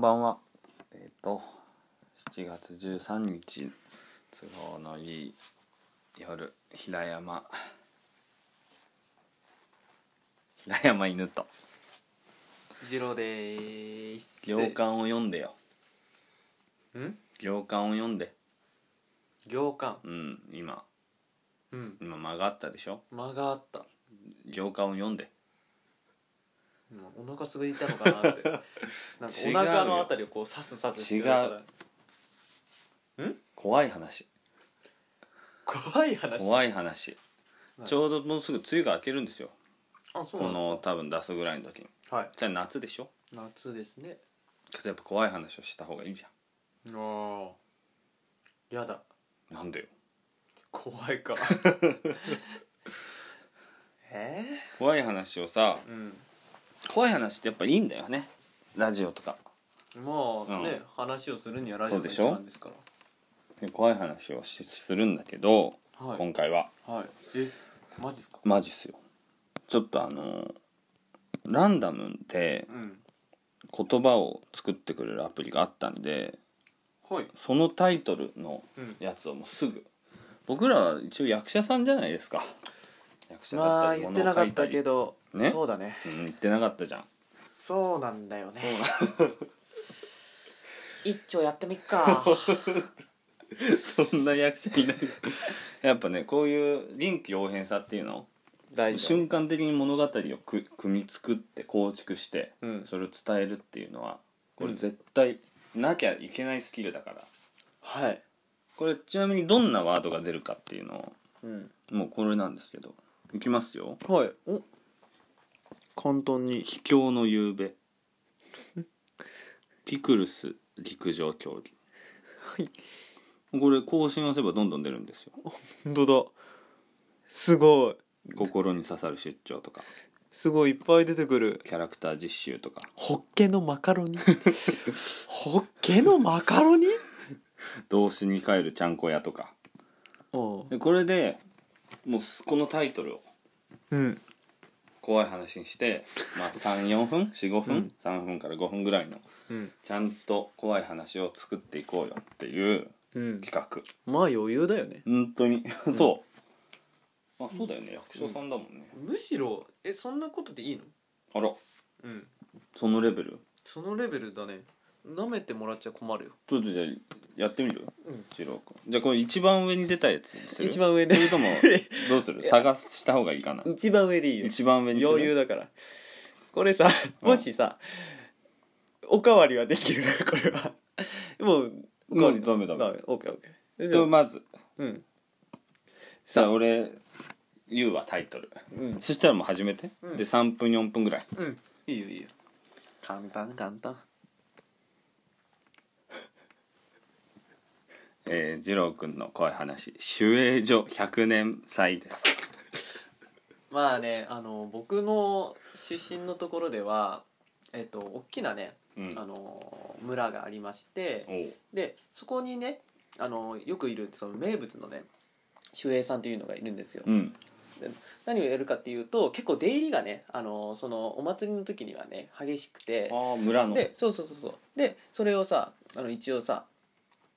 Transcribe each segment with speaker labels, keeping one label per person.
Speaker 1: ばんはえっ、と7月13日都合のいい夜平山平山犬と
Speaker 2: 次郎でーす
Speaker 1: 行間を読んでよ
Speaker 2: ん
Speaker 1: 行間を読んで
Speaker 2: 行間
Speaker 1: うん今
Speaker 2: うん
Speaker 1: 今間があったでしょ
Speaker 2: 間があった
Speaker 1: 行間を読んで
Speaker 2: うんお腹すいたのか なってなんかお腹のあたりをこうさすさすしてるから
Speaker 1: 怖い話
Speaker 2: 怖い話
Speaker 1: 怖い話
Speaker 2: はい
Speaker 1: ちょうどもうすぐ梅雨が明けるんですよ
Speaker 2: あそう
Speaker 1: こ
Speaker 2: なん
Speaker 1: の
Speaker 2: で
Speaker 1: 多分出すぐらいの時に
Speaker 2: すかはい
Speaker 1: じゃあ夏でしょ
Speaker 2: 夏ですね
Speaker 1: ちょっとやっぱ怖い話をした方がいいじ
Speaker 2: ああやだ
Speaker 1: ゃんなんでよ
Speaker 2: 怖 いかえ
Speaker 1: 怖い話をさ
Speaker 2: えうん
Speaker 1: 怖い話ってやっぱいいんだよねラジオとか
Speaker 2: まあね、
Speaker 1: うん
Speaker 2: 話をするにはラジオ
Speaker 1: そうで
Speaker 2: が一
Speaker 1: しょ
Speaker 2: 番ですか
Speaker 1: で怖い話をしするんだけど、
Speaker 2: らはい、
Speaker 1: 今回は
Speaker 2: はい、えマジっすか
Speaker 1: マジっすよちょっとあのランダムで
Speaker 2: うん
Speaker 1: 言葉を作ってくれるアプリがあったんで
Speaker 2: はい
Speaker 1: そのタイトルの
Speaker 2: うん
Speaker 1: やつをもうすぐ僕らは一応役者さんじゃないですか役者だ
Speaker 2: ま
Speaker 1: った
Speaker 2: あ
Speaker 1: り
Speaker 2: 言っ
Speaker 1: 物
Speaker 2: て
Speaker 1: を
Speaker 2: なか
Speaker 1: 書
Speaker 2: っ
Speaker 1: いた
Speaker 2: た
Speaker 1: り
Speaker 2: けど、
Speaker 1: ね
Speaker 2: そうだね
Speaker 1: うん言ってなかった じゃん
Speaker 2: そうなんだよね
Speaker 1: そ
Speaker 2: 一丁やってみっか
Speaker 1: うそんな役者いないやっぱねこういう臨機応変さっていうの
Speaker 2: 大丈夫
Speaker 1: 瞬間的に物語をく組み作って構築して
Speaker 2: うん
Speaker 1: それを伝えるっていうのはこれ
Speaker 2: うん
Speaker 1: 絶対なきゃいけないスキルだから
Speaker 2: はい、
Speaker 1: これちなみにどんなワードが出るかっていうの
Speaker 2: うん、
Speaker 1: をもうこれなんですけどいきますよ
Speaker 2: はいお簡単
Speaker 1: 「
Speaker 2: に
Speaker 1: 秘境の夕 べ」「ピクルス陸上競技」
Speaker 2: はい
Speaker 1: これ更新をすればどんどん出るんですよ
Speaker 2: 本当だすごい
Speaker 1: 心に刺さる出張とか
Speaker 2: すごいいっぱい出てくる
Speaker 1: キャラクター実習とか
Speaker 2: ホッケのマカロ ニホッケのマカロニ
Speaker 1: 童心に帰るちゃんこ屋とか
Speaker 2: おう
Speaker 1: でこれでもうすこのタイトルを
Speaker 2: うん
Speaker 1: 怖い話にして、まあ、34分45分、
Speaker 2: うん
Speaker 1: 3分から5分ぐらいの
Speaker 2: うん
Speaker 1: ちゃんと怖い話を作っていこうよっていう
Speaker 2: うん
Speaker 1: 企画
Speaker 2: まあ余裕だよね
Speaker 1: 本当にそう、あそうだよね役者さんだもんね、
Speaker 2: むしろえそんなことでいいの
Speaker 1: あら
Speaker 2: うん
Speaker 1: そのレベル
Speaker 2: そのレベルだね舐めてもらっちゃ困るよ
Speaker 1: ちょっとじゃあやってみる
Speaker 2: うん
Speaker 1: 次郎君じゃあこれ一番上に出たやつにする
Speaker 2: 一番上
Speaker 1: そ
Speaker 2: で
Speaker 1: れともどうする探した方がいいかな
Speaker 2: 一番上でいいよ
Speaker 1: 一番上にする
Speaker 2: 余裕だからこれさ
Speaker 1: うん
Speaker 2: もしさ、おかわりはできる これはもうおかわり
Speaker 1: もうダメダメ
Speaker 2: オッケーオッケー
Speaker 1: とまず
Speaker 2: うん
Speaker 1: さあ俺言うわタイトル
Speaker 2: うん
Speaker 1: そしたらもう始めて、
Speaker 2: うん
Speaker 1: で3分4分ぐらい
Speaker 2: うんいいよいいよ簡単簡単
Speaker 1: えー、二郎くんの怖い話守衛所100年祭です
Speaker 2: まあねあの僕の出身のところではえっと大きなね
Speaker 1: うん
Speaker 2: あの村がありまして
Speaker 1: おう
Speaker 2: でそこにねあのよくいるその名物のね守衛さんというのがいるんですよ
Speaker 1: うん
Speaker 2: 何をやるかっていうと結構出入りがねあのそのお祭りの時にはね激しくて
Speaker 1: ああ村の
Speaker 2: でそうそうそうそうでそれをさあの一応さ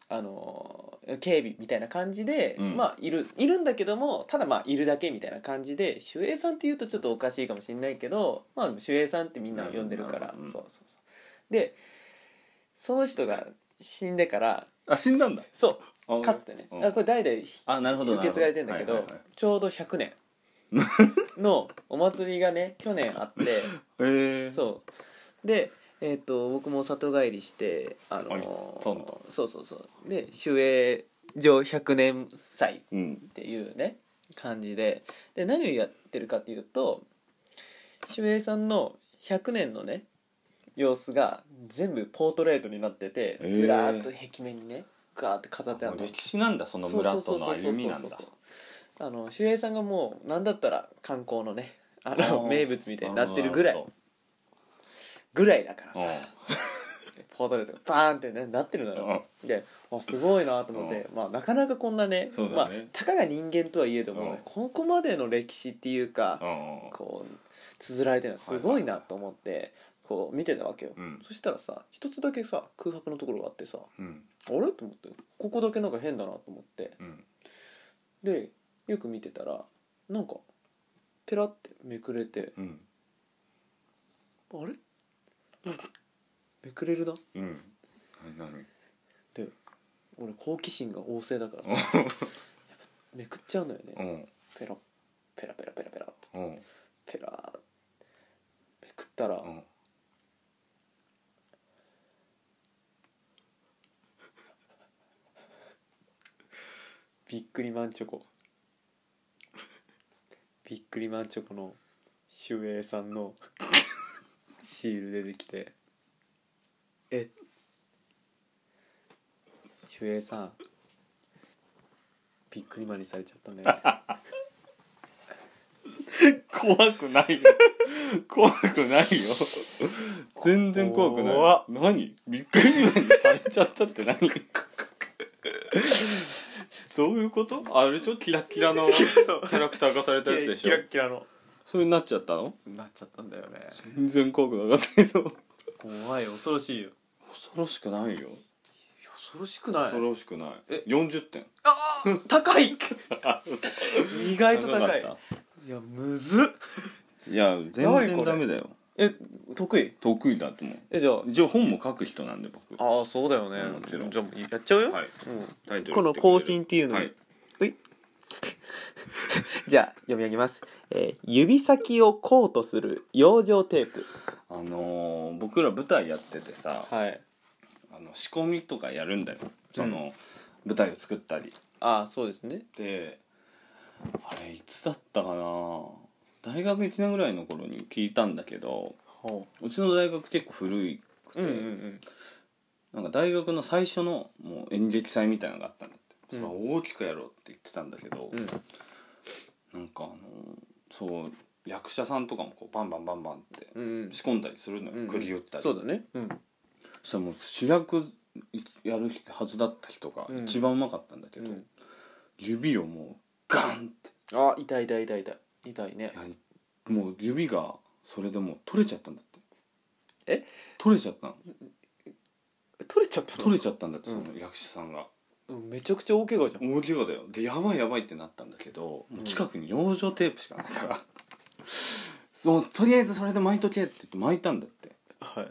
Speaker 2: あの警備みたいな感じで、
Speaker 1: うん
Speaker 2: まあいるいるんだけどもただまあいるだけみたいな感じで守衛さんっていうとちょっとおかしいかもしれないけど、まあ、守衛さんってみんな呼んでるから、
Speaker 1: うんうんうん
Speaker 2: そうそうそうでその人が死んでから
Speaker 1: あ死んだんだ
Speaker 2: そ
Speaker 1: あ
Speaker 2: うかつてね、
Speaker 1: うん
Speaker 2: あこれ代々
Speaker 1: あなるほど
Speaker 2: 受け継がれてんだけど、
Speaker 1: なるほどはい
Speaker 2: ちょうど100年 のお祭りがね去年あって
Speaker 1: はいはいへえ
Speaker 2: そうでえっ、と僕も里帰りしてあの
Speaker 1: あそうなんだ
Speaker 2: そうそうそうで守衛上100年祭
Speaker 1: ううん
Speaker 2: っていうね感じでで何をやってるかっていうと守衛さんの100年のね様子が全部ポートレートになってて
Speaker 1: へー
Speaker 2: ずらーっと壁面にねガーって飾ってあるの
Speaker 1: 歴史なんだその村との歩みなんだ
Speaker 2: そうそうそうそうそうあの守衛さんがもう何だったら観光のねあの
Speaker 1: あー
Speaker 2: 名物みたいになってるぐら
Speaker 1: ないほ
Speaker 2: ぐらいだから
Speaker 1: ど
Speaker 2: さポートレートがバーンって、ね、なってるのよであすごいなと思って、まあ、なかなかこんなね
Speaker 1: そう
Speaker 2: ま
Speaker 1: だ
Speaker 2: あ
Speaker 1: ね、
Speaker 2: たかが人間とはいえども、
Speaker 1: うん
Speaker 2: ここまでの歴史っていうか、
Speaker 1: うんうんうん
Speaker 2: こう綴られてるのはすごいなと思って、こう見てたわけよ、
Speaker 1: うん
Speaker 2: そしたらさ一つだけさ空白のところがあってさ
Speaker 1: うん
Speaker 2: あれと思ってここだけなんか変だなと思って
Speaker 1: うん
Speaker 2: でよく見てたらなんかペラってめくれて
Speaker 1: うん
Speaker 2: あれなんかめくれるな
Speaker 1: うん何
Speaker 2: 俺好奇心が旺盛だか らさ
Speaker 1: 何
Speaker 2: めくっちゃうのよ
Speaker 1: う
Speaker 2: ね
Speaker 1: ん
Speaker 2: ペラペラペラペラペラって
Speaker 1: うん
Speaker 2: ペラーめくったら、
Speaker 1: うん
Speaker 2: びっくりマンチョコびっくりマンチョコの守衛さんのシール出てきてえ守衛さんびっくりマンにされちゃったね
Speaker 1: 怖く ないよ怖くないよ全然怖くない
Speaker 2: 怖っ
Speaker 1: 何びっくりマンにされちゃったって何 そういうことあれでしょキラキラ のキ
Speaker 2: そう
Speaker 1: ャラクター化されたやつでしょ
Speaker 2: キラの
Speaker 1: それになっちゃったの
Speaker 2: なっちゃったんだよね
Speaker 1: 全然怖くなかったけど
Speaker 2: 怖い恐ろしいよ
Speaker 1: 恐ろしくないよ
Speaker 2: 恐ろしくない
Speaker 1: 恐ろしくない
Speaker 2: え
Speaker 1: 40点
Speaker 2: ああ 高い意外と高い
Speaker 1: かっ
Speaker 2: いやむずった
Speaker 1: いや全
Speaker 2: やばいこ
Speaker 1: 然
Speaker 2: れ
Speaker 1: ダメだよ
Speaker 2: え得意
Speaker 1: 得意だと思う
Speaker 2: えじゃあ
Speaker 1: 一応本も書く人なんで僕
Speaker 2: ああそうだよ
Speaker 1: うんもちろん
Speaker 2: じゃあやっちゃうよ、
Speaker 1: はい
Speaker 2: うん
Speaker 1: タイトル
Speaker 2: この更新っていうの、
Speaker 1: はい
Speaker 2: ほいじゃあ読み上げます、えー指先をコートする養生テープ
Speaker 1: あのー僕ら舞台やっててさ
Speaker 2: はい
Speaker 1: あの仕込みとかやるんだよその、舞台を作ったり
Speaker 2: ああそうですね
Speaker 1: であれいつだったかな大学1年ぐらいの頃に聞いたんだけど
Speaker 2: ほ
Speaker 1: うちの大学結構古くて、
Speaker 2: うんうんうん
Speaker 1: なんか大学の最初のもう演劇祭みたいなのがあったんだって、
Speaker 2: うん
Speaker 1: それは大きくやろうって言ってたんだけど、
Speaker 2: うん
Speaker 1: なんかあのそう役者さんとかもこうバンバンバンバンって
Speaker 2: うん
Speaker 1: 仕込んだりするのよ、
Speaker 2: うん
Speaker 1: 栗打ったり
Speaker 2: そうだねうん
Speaker 1: そもう主役やるはずだった人が
Speaker 2: うん
Speaker 1: 一番うまかったんだけど、
Speaker 2: うん
Speaker 1: 指をもうガンって
Speaker 2: ああ痛い痛い痛い痛い痛いね
Speaker 1: いやもう指がそれでもう取れちゃったんだって
Speaker 2: え
Speaker 1: 取れちゃったの
Speaker 2: 取れちゃったの
Speaker 1: 取れちゃったんだって、
Speaker 2: うん
Speaker 1: その役者さんが
Speaker 2: うんめちゃくちゃ大怪我じゃん
Speaker 1: 大怪我だよでやばいやばいってなったんだけどもう近くに養生テープしかないから、 そうとりあえずそれで巻いとけって言って巻いたんだって
Speaker 2: は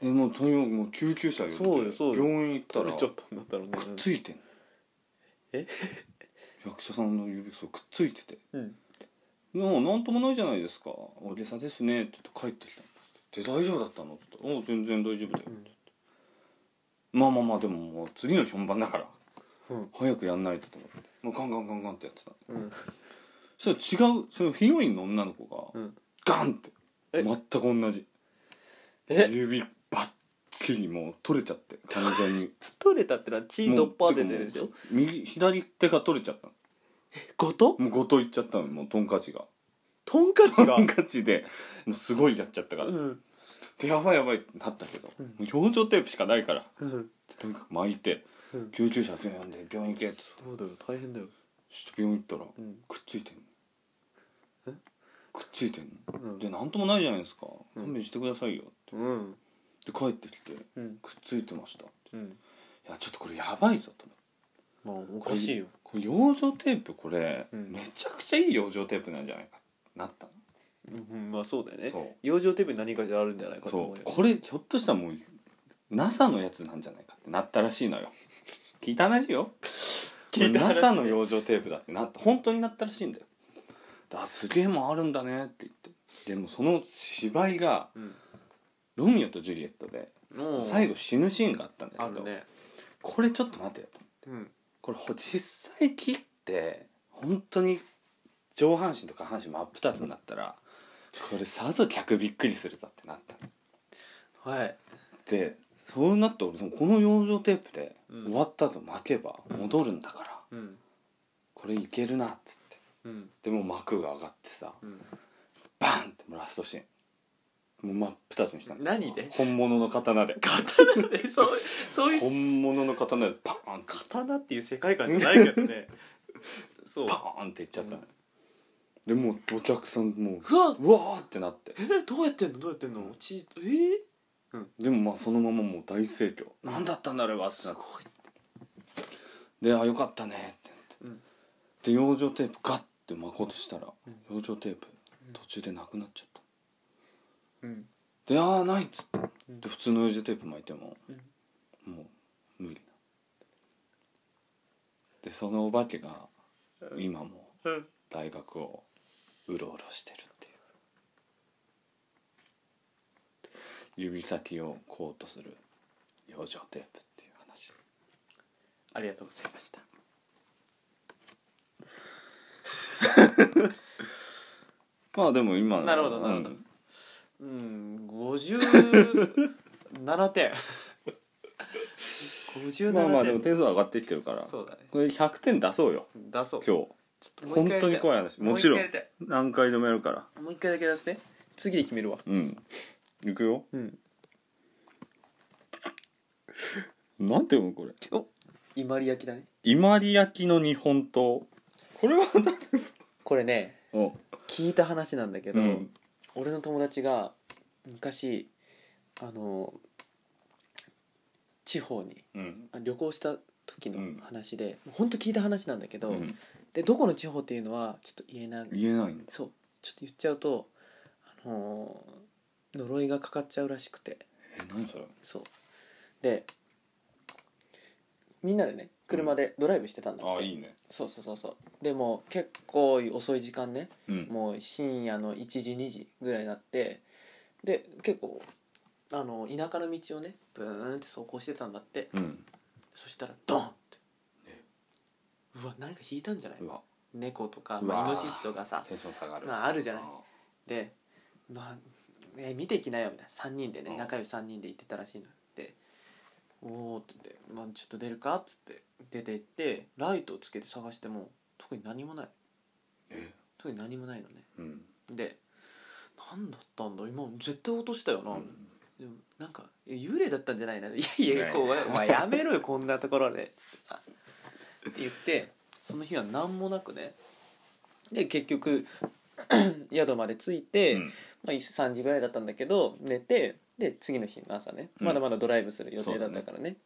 Speaker 2: い
Speaker 1: でもうとにかくもう救急車呼んで
Speaker 2: そうよそうよ
Speaker 1: 病院行った
Speaker 2: 取
Speaker 1: ら
Speaker 2: れちゃったんだったらね
Speaker 1: くっついてんの
Speaker 2: え
Speaker 1: 役者さんの指そうくっついてて
Speaker 2: うん
Speaker 1: 「もうなんともないじゃないですか大げさですね」って言って帰ってきたんですで「大丈夫だったの?」って言ったら「おう全然大丈夫だよ」まあまあまあでももう次の本番だから
Speaker 2: うん
Speaker 1: 早くやんないとと思ってもうガンガンガンガンってやってた
Speaker 2: うん
Speaker 1: そしたら違うそのヒロインの女の子が
Speaker 2: うん
Speaker 1: ガンって
Speaker 2: え
Speaker 1: 全く同じ
Speaker 2: え
Speaker 1: 指ばっきりもう取れちゃって完全に
Speaker 2: 取れたってのは血ドッパー出てるでしょ
Speaker 1: 右左手が取れちゃったの
Speaker 2: ごと
Speaker 1: もうごといっちゃったのもうトンカチが
Speaker 2: とんか
Speaker 1: ト
Speaker 2: つが
Speaker 1: ンカチでもうすごいやっちゃったから
Speaker 2: うん
Speaker 1: でやばいやばいってなったけど、
Speaker 2: うん
Speaker 1: もう表情テープしかないから
Speaker 2: うん
Speaker 1: とにかく巻いて
Speaker 2: うん
Speaker 1: 救急車呼んで病院行けって
Speaker 2: そうだよ大変だよ
Speaker 1: そして病院行ったら
Speaker 2: うん
Speaker 1: くっついてんの
Speaker 2: え
Speaker 1: くっついてんの
Speaker 2: うん
Speaker 1: でなんともないじゃないですか
Speaker 2: うん
Speaker 1: 勘弁してくださいよって
Speaker 2: うん
Speaker 1: で帰ってきて
Speaker 2: うん
Speaker 1: くっついてましたい
Speaker 2: うん
Speaker 1: やちょっとこれやばいぞと思って
Speaker 2: まあおかしいよ
Speaker 1: これ養生テープこれ、
Speaker 2: うん
Speaker 1: めちゃくちゃいい養生テープなんじゃないかなったの
Speaker 2: うんまあそうだよね
Speaker 1: そう
Speaker 2: 養生テープに何かじゃあるんじゃないかと
Speaker 1: そ
Speaker 2: 思う
Speaker 1: う
Speaker 2: よ
Speaker 1: これひょっとしたらもう NASA のやつなんじゃないかってなったらしい のよ聞いた話よ
Speaker 2: 聞いた話
Speaker 1: これ NASA の養生テープだってなって本当になったらしいんだよだすげえもんあるんだねって言ってでもその芝居が
Speaker 2: うん
Speaker 1: 「ロミオとジュリエットで」
Speaker 2: うん
Speaker 1: 最後死ぬシーンがあったんだ
Speaker 2: あ
Speaker 1: けど、
Speaker 2: るね
Speaker 1: これちょっと待てよと
Speaker 2: うん
Speaker 1: これほ実際切って本当に上半身と下半身真っ二つになったらこれさぞ客びっくりするぞってなったの
Speaker 2: はい
Speaker 1: でそうなって俺そのこの養生テープで
Speaker 2: うん
Speaker 1: 終わった後巻けば
Speaker 2: うん
Speaker 1: 戻るんだから、
Speaker 2: うん
Speaker 1: これいけるなっつって
Speaker 2: うん
Speaker 1: でもう幕が上がってさ
Speaker 2: うん
Speaker 1: バーンってもうラストシーンもう真っ二つにしたの
Speaker 2: 何で
Speaker 1: 本物の刀で
Speaker 2: 刀でそうそう
Speaker 1: 本
Speaker 2: いう
Speaker 1: 物の刀でパーンって
Speaker 2: 刀っていう世界観じゃないけどねそう
Speaker 1: パーンっていっちゃったの、でもうお客さんも
Speaker 2: うわっ
Speaker 1: ううわーってなって
Speaker 2: えどうやってんのどうやってんのちえー、
Speaker 1: でもまあそのままもう大盛況何だったんだあれはって
Speaker 2: す
Speaker 1: な
Speaker 2: ご
Speaker 1: っ
Speaker 2: い
Speaker 1: てであよかったねって
Speaker 2: う
Speaker 1: なっ
Speaker 2: ん
Speaker 1: てで養生テープガッて巻こうとしたら
Speaker 2: う
Speaker 1: 養生テープ
Speaker 2: うん
Speaker 1: 途中でなくなっちゃった
Speaker 2: うん
Speaker 1: で「ああない」っつって
Speaker 2: うん
Speaker 1: で普通の養生テープ巻いても
Speaker 2: うん
Speaker 1: もう無理なでそのお化けが
Speaker 2: うん
Speaker 1: 今も
Speaker 2: うん
Speaker 1: 大学をうろうろしてるっていう指先をこうとする養生テープっていう話
Speaker 2: ありがとうございました
Speaker 1: まあでも今
Speaker 2: なるほどなるほど
Speaker 1: うん
Speaker 2: うん57点57点
Speaker 1: まあまあでも点数は上がってきてるから
Speaker 2: そうだね
Speaker 1: これ100点出そうよ
Speaker 2: 出そう
Speaker 1: 今
Speaker 2: ちょ
Speaker 1: 日
Speaker 2: っともう
Speaker 1: 本
Speaker 2: 一回やりた
Speaker 1: 当に怖い話もちろん
Speaker 2: もう一回やり
Speaker 1: 何回でもやるから
Speaker 2: たいもう一回だけ出して次で決めるわ
Speaker 1: うんいくよ
Speaker 2: うん
Speaker 1: なんて読むこれ
Speaker 2: 伊万里焼きだね
Speaker 1: 伊万里焼の日本刀これは
Speaker 2: これね
Speaker 1: 何
Speaker 2: 聞いた話なんだけど、
Speaker 1: うん
Speaker 2: 俺の友達が昔あの地方に
Speaker 1: うん
Speaker 2: あ旅行した時
Speaker 1: うん
Speaker 2: の話で、本当聞いた話なんだけど、
Speaker 1: うん
Speaker 2: でどこの地方っていうのはちょっと言えない
Speaker 1: 言えないの
Speaker 2: そうちょっと言っちゃうと、あのー呪いがかかっちゃうらしくて
Speaker 1: え何それ
Speaker 2: そうでみんなでね車でドライブしてたんだって、
Speaker 1: ああいいね
Speaker 2: そうそうそうそうでも結構遅い時間ね
Speaker 1: うん
Speaker 2: もう深夜の1時2時ぐらいになってで結構あの田舎の道をねブーンって走行してたんだって
Speaker 1: うん
Speaker 2: そしたらドンって
Speaker 1: え
Speaker 2: うわ何か引いたんじゃないう
Speaker 1: わ
Speaker 2: 猫とか、
Speaker 1: う
Speaker 2: ま
Speaker 1: わ
Speaker 2: あ、イノシシとかさ
Speaker 1: テンション下がる
Speaker 2: まああるじゃないで、まあえ見てきなよ」みたいな3人で
Speaker 1: う
Speaker 2: ね
Speaker 1: ん
Speaker 2: 仲良し3人で行ってたらしいのよで「おお」って言って、まあ「ちょっと出るか?」っつって出て行ってライトをつけて探しても特に何もない
Speaker 1: え
Speaker 2: 特に何もないのね
Speaker 1: うん
Speaker 2: で何だったんだ今絶対落としたよな、
Speaker 1: うん
Speaker 2: でもなんかえ幽霊だったんじゃない な「いやいや
Speaker 1: ね
Speaker 2: こうお前お前やめろよこんなところで」つってさって言ってその日は何もなくねで結局 宿まで着いて、
Speaker 1: うん
Speaker 2: まあ、3時ぐらいだったんだけど寝てで次の日の朝ね
Speaker 1: うん
Speaker 2: まだまだドライブする予定だったからね,、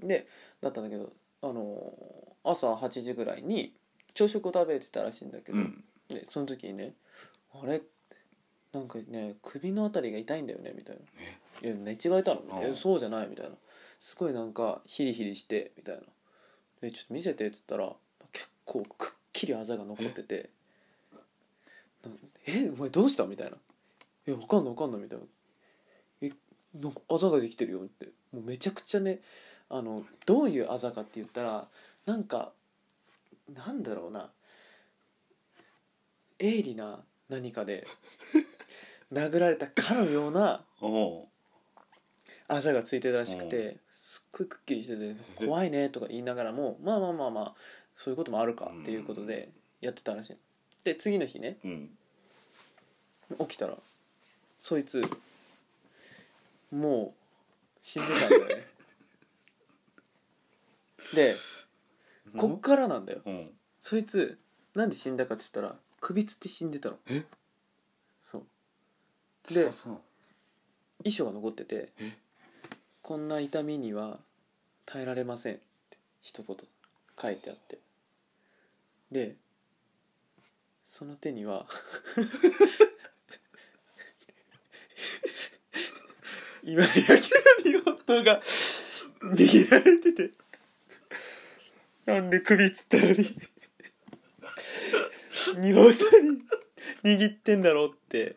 Speaker 2: でだったんだけど、あのー朝8時ぐらいに朝食を食べてたらしいんだけど、
Speaker 1: うん
Speaker 2: でその時にね「あれなんかね首のあたりが痛いんだよね」みたいな「いや寝違えたの?」
Speaker 1: あ
Speaker 2: え
Speaker 1: あ
Speaker 2: そうじゃない」みたいな「すごいなんかヒリヒリして」みたいな「えちょっと見せて」っつったら結構くっきりあざが残ってて「なんえお前どうした?」みたいな「いやわかんないわかんない」みたいな「えなんかあざができてるよ」ってもうめちゃくちゃねあのどういうあざかって言ったらなんかなんだろうな鋭利な何かで殴られたかのような
Speaker 1: おう
Speaker 2: あざがついてたらしく
Speaker 1: う
Speaker 2: てすっごいくっきりしてて「怖いね」とか言いながらもまあまあまあまあそういうこともあるかっていうことでやってたらしいで次の日ね
Speaker 1: うん
Speaker 2: 起きたらそいつもう死んでたんだよねでこっからなんだよ
Speaker 1: うん
Speaker 2: そいつなんで死んだかって言ったら首つって死んでたの
Speaker 1: え
Speaker 2: そうで
Speaker 1: そうそう
Speaker 2: 遺書が残ってて
Speaker 1: え
Speaker 2: 「こんな痛みには耐えられません」って一言書いてあってでその手には 今焼きの日本刀が握られててなんで首つったのに日本刀に握ってんだろうって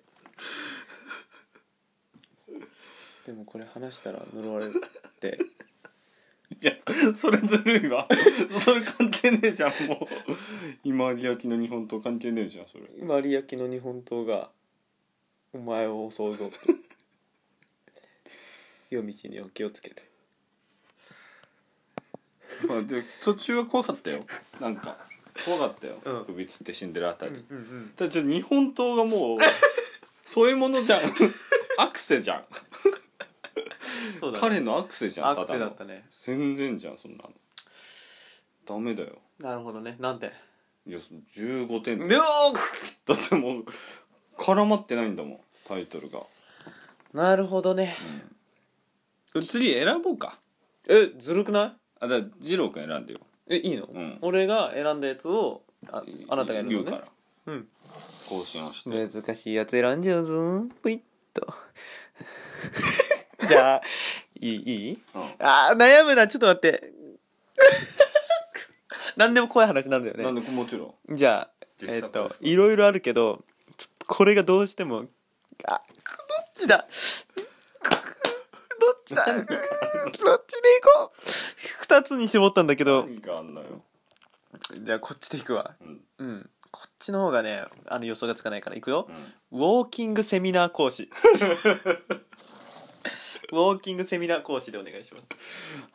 Speaker 2: でもこれ話したら呪われるって
Speaker 1: いやそれずるいわ それ関係ねえじゃんもう今有明の日本と関係ねえじゃんそれ
Speaker 2: マリアキの日本刀がお前を襲うぞと夜道にお気をつけて
Speaker 1: まあで途中は怖かったよなんか怖かったよ、
Speaker 2: うん
Speaker 1: 首つって死んでるあたり、だ
Speaker 2: ん
Speaker 1: からちょっと日本刀が もうそういうものじゃんアクセじゃん、
Speaker 2: うんそうだ、
Speaker 1: 彼のアクセじゃん
Speaker 2: アクセ
Speaker 1: の
Speaker 2: だったね
Speaker 1: 全然じゃんそんなのダメだよ
Speaker 2: なるほどねなんて
Speaker 1: いや15点だ
Speaker 2: でお
Speaker 1: ってもう絡まってないんだもんタイトルが、
Speaker 2: なるほどね
Speaker 1: うん、次選ぼうか
Speaker 2: えずるくな
Speaker 1: あだから二郎君選んでよ
Speaker 2: いえいいの、
Speaker 1: うん
Speaker 2: 俺が選んだやつをああなたが選んだ
Speaker 1: 言
Speaker 2: の
Speaker 1: うか
Speaker 2: ね
Speaker 1: ら
Speaker 2: うん
Speaker 1: 更新をして、
Speaker 2: 難しいやつ選んじゃうぞぷいっ とじゃあいいいい
Speaker 1: うん
Speaker 2: あー悩むなちょっと待って 何でも怖い話なんだよね
Speaker 1: なんでもちろん
Speaker 2: じゃあ
Speaker 1: 傑
Speaker 2: え
Speaker 1: 作
Speaker 2: っと
Speaker 1: ですか
Speaker 2: いろいろあるけどちょっとこれがどうしてもあくどっちだくどっちだどっちでいこう2つに絞ったんだけど
Speaker 1: 何があんのよ、
Speaker 2: じゃあこっちでいくわ
Speaker 1: うん
Speaker 2: うんこっちの方がねあの予想がつかないからいくよ
Speaker 1: うん
Speaker 2: ウォーキングセミナー講 師ウォーキングセミナー講師でお願いします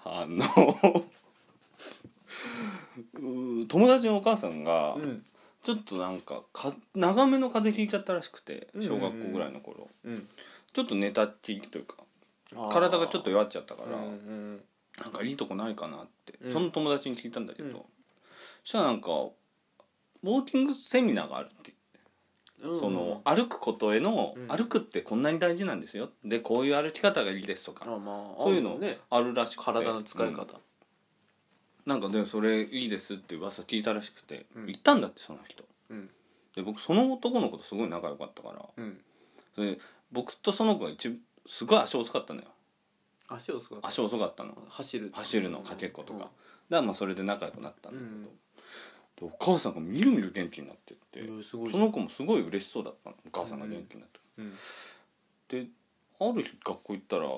Speaker 1: あの うー友達のお母さんが、
Speaker 2: うん
Speaker 1: ちょっとなんかか長めの風邪ひいちゃったらしくて
Speaker 2: うん
Speaker 1: 小学校ぐらいの頃、
Speaker 2: うん
Speaker 1: ちょっと寝たっきりというか体がちょっと弱っちゃったから、
Speaker 2: うんうん
Speaker 1: なんかいいとこないかなって、
Speaker 2: うん
Speaker 1: その友達に聞いたんだけど、
Speaker 2: うん
Speaker 1: そしたらなんかウォーキングセミナーがあるって、
Speaker 2: うん
Speaker 1: その歩くことへの、
Speaker 2: うん
Speaker 1: 歩くってこんなに大事なんですよでこういう歩き方がいいですとか、
Speaker 2: あまあ
Speaker 1: そういうの
Speaker 2: ね
Speaker 1: あるらしくて
Speaker 2: 体の使い
Speaker 1: うん
Speaker 2: 方
Speaker 1: なんかねそれいいですって噂聞いたらしくて、
Speaker 2: うん
Speaker 1: 行ったんだってその人
Speaker 2: うん
Speaker 1: で僕その男の子とすごい仲良かったから
Speaker 2: うん
Speaker 1: それで僕とその子が一番すごい足遅かったのよ
Speaker 2: 足をすごい
Speaker 1: 足遅かったの
Speaker 2: 走る
Speaker 1: 走るのかけっことか、だからまあそれで仲良くなった
Speaker 2: うん
Speaker 1: だ
Speaker 2: ん
Speaker 1: けど、でお母さんがみるみる元気になってって、
Speaker 2: うんすごい
Speaker 1: その子もすごい嬉しそうだったのお母さんが元気になって、
Speaker 2: うん
Speaker 1: である日学校行ったら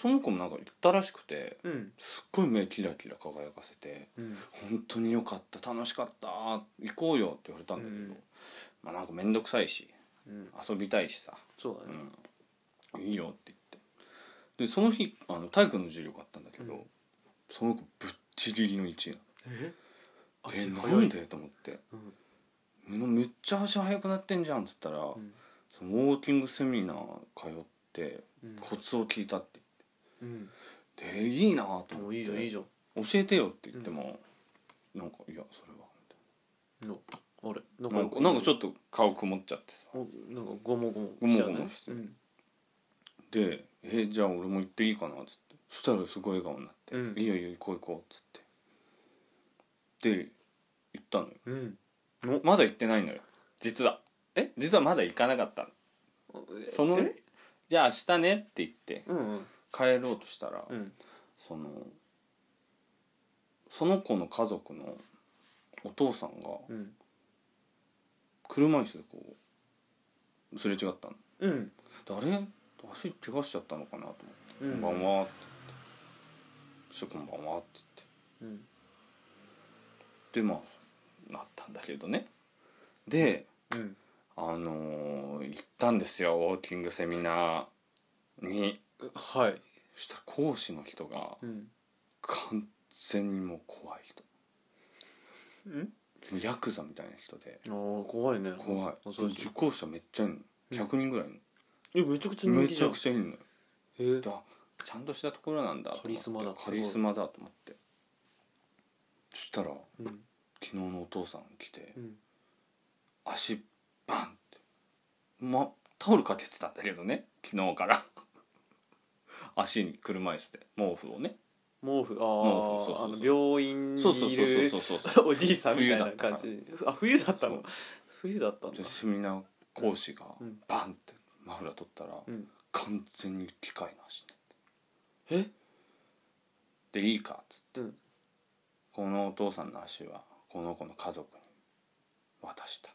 Speaker 1: その子もなんか行ったらしくて
Speaker 2: うん
Speaker 1: すっごい目キラキラ輝かせて
Speaker 2: うん
Speaker 1: 本当に良かった楽しかった行こうよって言われたんだけど、
Speaker 2: うん
Speaker 1: まあなんか面倒くさいし
Speaker 2: うん
Speaker 1: 遊びたいしさ、
Speaker 2: そうだね
Speaker 1: うん、いいよって言ってでその日あの体育の授業があったんだけど、
Speaker 2: うん
Speaker 1: その子ぶっちぎりの1位
Speaker 2: え
Speaker 1: なの
Speaker 2: 足
Speaker 1: で
Speaker 2: 速
Speaker 1: ないんでと思って
Speaker 2: うん
Speaker 1: 「めめっちゃ足速くなってんじゃん」っつったら、
Speaker 2: ん
Speaker 1: そのウォーキングセミナー通って
Speaker 2: うん
Speaker 1: コツを聞いたって
Speaker 2: うん
Speaker 1: でいいなと思
Speaker 2: も
Speaker 1: っ
Speaker 2: う
Speaker 1: て
Speaker 2: いいじゃんいいじゃ
Speaker 1: 教えてよって言っても、なんかいやそれは
Speaker 2: んのあれな
Speaker 1: なんかなんかちょっと顔曇っちゃってさ
Speaker 2: おなんかゴモゴモ
Speaker 1: ゴモゴモ
Speaker 2: し
Speaker 1: してて
Speaker 2: うん
Speaker 1: で「えじゃあ俺も行っていいかな」っつってそしたらすごい笑顔になって「
Speaker 2: うん
Speaker 1: いいよいいよ行こう行こう」っつってで行ったのよ
Speaker 2: うん
Speaker 1: まだ行ってないのよ実は
Speaker 2: え
Speaker 1: 実はまだ行かなかったのその
Speaker 2: え
Speaker 1: じゃあ明日ねって言って
Speaker 2: うんうん
Speaker 1: 帰ろうとしたら、
Speaker 2: うん
Speaker 1: そのその子の家族のお父さんが
Speaker 2: うん
Speaker 1: 車椅子でこうすれ違ったの
Speaker 2: うん
Speaker 1: であれ足怪我しちゃったのかなと思って
Speaker 2: う
Speaker 1: 「こんばんは」って言って「そしてこんばんは」って言って。
Speaker 2: うん
Speaker 1: でまあなったんだけどねで
Speaker 2: うん
Speaker 1: あのー行ったんですよウォーキングセミナーに
Speaker 2: はい
Speaker 1: そしたら講師の人が
Speaker 2: うん
Speaker 1: 完全にもう怖い人
Speaker 2: うん
Speaker 1: もうヤクザみたいな人で
Speaker 2: ああ怖いね
Speaker 1: 怖いで
Speaker 2: 恐ろしい
Speaker 1: 受講者めっちゃいる
Speaker 2: うん
Speaker 1: の100人ぐらいいる
Speaker 2: えめちゃくちゃ
Speaker 1: の
Speaker 2: 人
Speaker 1: め
Speaker 2: 気
Speaker 1: ち
Speaker 2: じゃ
Speaker 1: ゃ
Speaker 2: ん
Speaker 1: くちゃいるのよ
Speaker 2: え
Speaker 1: であちゃんとしたところなんだと思って
Speaker 2: カリスマだ
Speaker 1: カリスマだと思ってそしたら
Speaker 2: うん
Speaker 1: 昨日のお父さん来て
Speaker 2: うん
Speaker 1: 足バンって、ま、タオルかけてたんだけどね昨日から足に車椅子で毛布をね
Speaker 2: 毛布あ
Speaker 1: 毛布そう
Speaker 2: あ
Speaker 1: そ
Speaker 2: あ
Speaker 1: う
Speaker 2: の
Speaker 1: そう
Speaker 2: 病院に
Speaker 1: そうそう
Speaker 2: い
Speaker 1: そう
Speaker 2: る
Speaker 1: そうそうそう
Speaker 2: おじいさんみたいな感じあ冬だったの冬だったんだ
Speaker 1: でセミナー講師が
Speaker 2: うん
Speaker 1: バンってマフラー取ったら、
Speaker 2: うん
Speaker 1: 完全に機械の足ね
Speaker 2: え
Speaker 1: でいいかっつって
Speaker 2: うん
Speaker 1: このお父さんの足はこの子の家族に渡した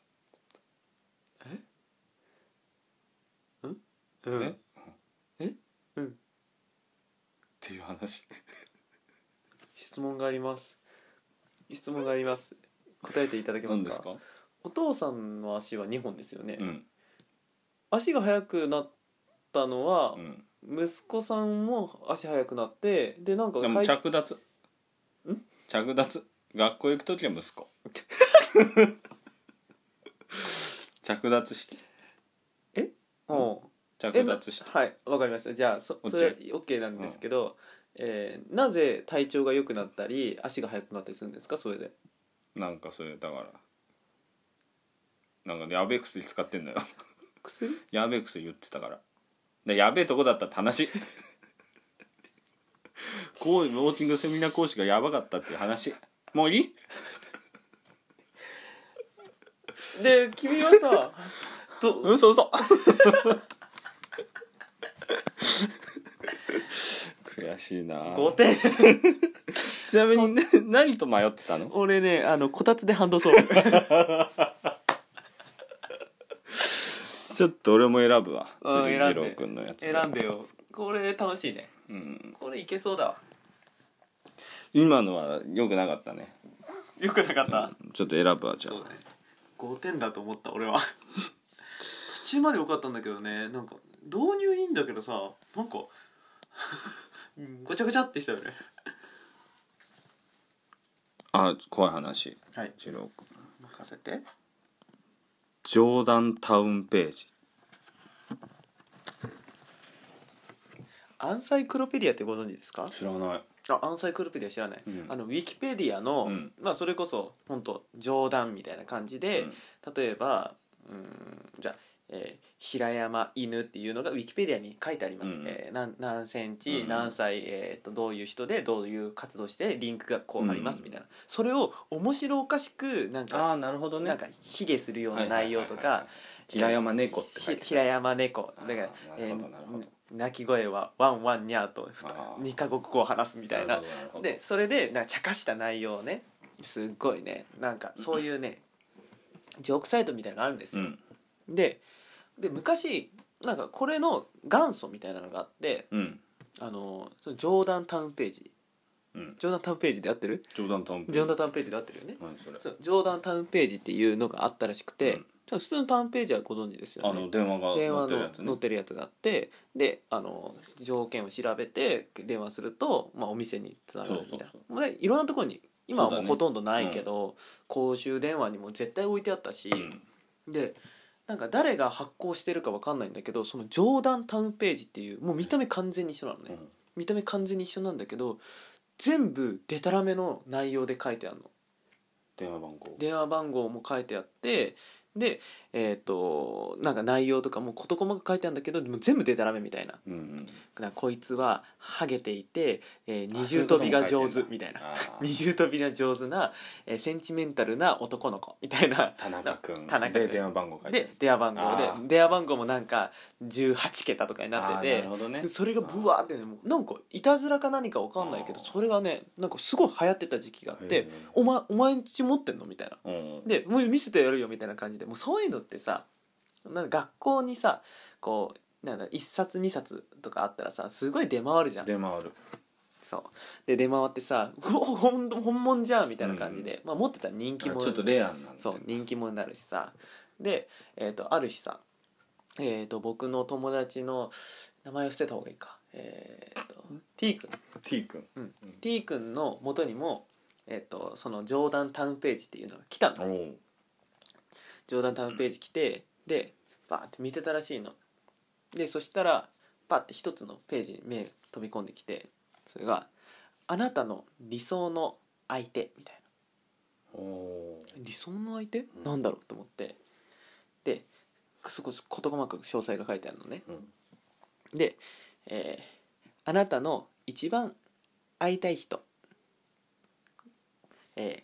Speaker 2: うん
Speaker 1: え
Speaker 2: えうん
Speaker 1: っていう話
Speaker 2: 質問があります質問があります答えていただけま
Speaker 1: 何
Speaker 2: す
Speaker 1: です
Speaker 2: か
Speaker 1: か
Speaker 2: お父さんの足は2本ですよね、
Speaker 1: うん
Speaker 2: 足が速くなったのは
Speaker 1: う、ん
Speaker 2: 息子さんも足速くなってでなんか
Speaker 1: でも
Speaker 2: 体
Speaker 1: 着脱着脱学校行く時は息 子着脱式
Speaker 2: うん
Speaker 1: 着脱式
Speaker 2: はいわかりましたじゃあそ
Speaker 1: OK
Speaker 2: それ OK なんですけど、えーなぜ体調が良くなったり足が速くなったりするんですかそれで
Speaker 1: なんかそれだからなんかやべえ薬使ってんだよ
Speaker 2: 薬
Speaker 1: やべえ薬言ってたからでやべえとこだったって 話こうウォーキングセミナー講師がやばかったっていう話もういい
Speaker 2: で君は さど
Speaker 1: 嘘嘘悔しいな
Speaker 2: 5点
Speaker 1: ちなみに、ね、何と迷ってたの
Speaker 2: 俺ねあのこたつでハンドソープ
Speaker 1: ちょっと俺も選ぶわ
Speaker 2: うん
Speaker 1: 次
Speaker 2: 選
Speaker 1: 二
Speaker 2: んで
Speaker 1: 郎君のやつ
Speaker 2: 選んでよこれ楽しいね
Speaker 1: うん、
Speaker 2: これいけそうだわ
Speaker 1: 今のは良くなかったね
Speaker 2: よくなかった、
Speaker 1: ちょっと選ぶわじゃ
Speaker 2: そう
Speaker 1: あ
Speaker 2: だね5点だと思った俺は途中まで良かったんだけどねなんか導入いいんだけどさなんかごちゃごちゃってしたよね
Speaker 1: あ怖い話
Speaker 2: はい
Speaker 1: 一郎君
Speaker 2: 任せて
Speaker 1: ジョーダンタウンページ
Speaker 2: アンサイクロペディアってご存知ですか
Speaker 1: 知らない
Speaker 2: あアンサイクロペディア知らない、
Speaker 1: うん
Speaker 2: あのウィキペディアの、
Speaker 1: うん
Speaker 2: まあそれこそ本当冗談みたいな感じで、
Speaker 1: うん
Speaker 2: 例えばうーんじゃあ、えー平山犬っていうのがウィキペディアに書いてあります、
Speaker 1: うん
Speaker 2: えーなん何センチ、
Speaker 1: うん
Speaker 2: 何歳、えー、とどういう人でどういう活動してリンクがこうあります
Speaker 1: うん
Speaker 2: みたいな、それを面白おかしくなんか、
Speaker 1: あなるほど
Speaker 2: なんか卑下するような内容と
Speaker 1: は
Speaker 2: か、
Speaker 1: いはいはいはい平山猫って書い
Speaker 2: ひ
Speaker 1: て
Speaker 2: 平山猫だから
Speaker 1: あーな
Speaker 2: え
Speaker 1: るほどなるほ
Speaker 2: ー
Speaker 1: ど
Speaker 2: 鳴き声はワンワンニャーと
Speaker 1: あー
Speaker 2: 2か国語を話すみたいな
Speaker 1: るほどる
Speaker 2: でそれでなんか茶化した内容をねすっごいねなんかそういうねジョークサイトみたいなのがあるんです
Speaker 1: ほど
Speaker 2: よ、でで昔なんかこれの元祖みたいなのがあって
Speaker 1: うんうん
Speaker 2: あのそのジョーダンタウンページ
Speaker 1: うん
Speaker 2: ジョーダンタウンページで合ってる
Speaker 1: ジョーダンタウンページ
Speaker 2: ジョーダンタウンページで合ってるよね
Speaker 1: 何それ
Speaker 2: そうジョーダンタウンページっていうのがあったらしくて、
Speaker 1: うん
Speaker 2: 普通のタウンページはご存知ですよね
Speaker 1: あの電話が
Speaker 2: 電
Speaker 1: 乗
Speaker 2: 話
Speaker 1: ってる
Speaker 2: の
Speaker 1: やつね
Speaker 2: 載ってるやつがあってであの条件を調べて電話すると、まあ、お店につながるみたい
Speaker 1: そう
Speaker 2: なでいろんなところに今
Speaker 1: そうだ
Speaker 2: はもう
Speaker 1: ね
Speaker 2: ほとんどないけど、公衆電話にも絶対置いてあったし、でなんか誰が発行してるかわかんないんだけどその冗談タウンページっていうもう見た目完全に一緒なのね、
Speaker 1: うん
Speaker 2: 見た目完全に一緒なんだけど全部デタラメの内容で書いてあるの
Speaker 1: 電話番号
Speaker 2: 電話番号も書いてあってでえっ、となんか内容とかも事細かく書いてあるんだけどもう全部デタラメみたいな
Speaker 1: うんうん
Speaker 2: なんかこいつはハゲていて、えー
Speaker 1: あ
Speaker 2: 二重跳びが上手みたいな
Speaker 1: あー
Speaker 2: 二重跳びが上手な、えーセンチメンタルな男の子みたいな
Speaker 1: 田中君
Speaker 2: 田中君
Speaker 1: で電話番号書いて
Speaker 2: で電話番号
Speaker 1: あ
Speaker 2: で
Speaker 1: ー
Speaker 2: 電話番号もなんか18桁とかになって
Speaker 1: あーな
Speaker 2: て
Speaker 1: る。ほどね
Speaker 2: でそれがブワーってねもうなんかいたずらか何か分かんないけど
Speaker 1: あー
Speaker 2: それがねなんかすごい流行ってた時期があっ
Speaker 1: へ
Speaker 2: て
Speaker 1: ー
Speaker 2: 「お前お前んち持ってんの?」みたいな
Speaker 1: うん
Speaker 2: でもう見せてやるよみたいな感じでもうそういうのってさなんか学校にさこうなんだ1冊2冊とかあったらさすごい出回るじゃん
Speaker 1: 出回る
Speaker 2: そうで出回ってさ「うおほん本物じゃん」みたいな感じで、まあ、持ってたら人気
Speaker 1: あ
Speaker 2: 者
Speaker 1: ちょっとレアなんだ
Speaker 2: そう人気者になるしさで、えー、とある日さ、えー、と僕の友達の名前を捨てた方がいいかえっ、と T 君
Speaker 1: T 君
Speaker 2: T 君の元にも、えー、とその冗談タウンページっていうのが来たの
Speaker 1: おお
Speaker 2: 冗談タウンページ来てでバーって見てたらしいのでそしたらバーって一つのページに目飛び込んできてそれが「あなたの理想の相手」みたい
Speaker 1: おお
Speaker 2: な理想の相手、
Speaker 1: ん
Speaker 2: なんだろうと思ってでそこ事細かく詳細が書いてあるのね
Speaker 1: ー
Speaker 2: で、えーあなたの一番会いたい人」えー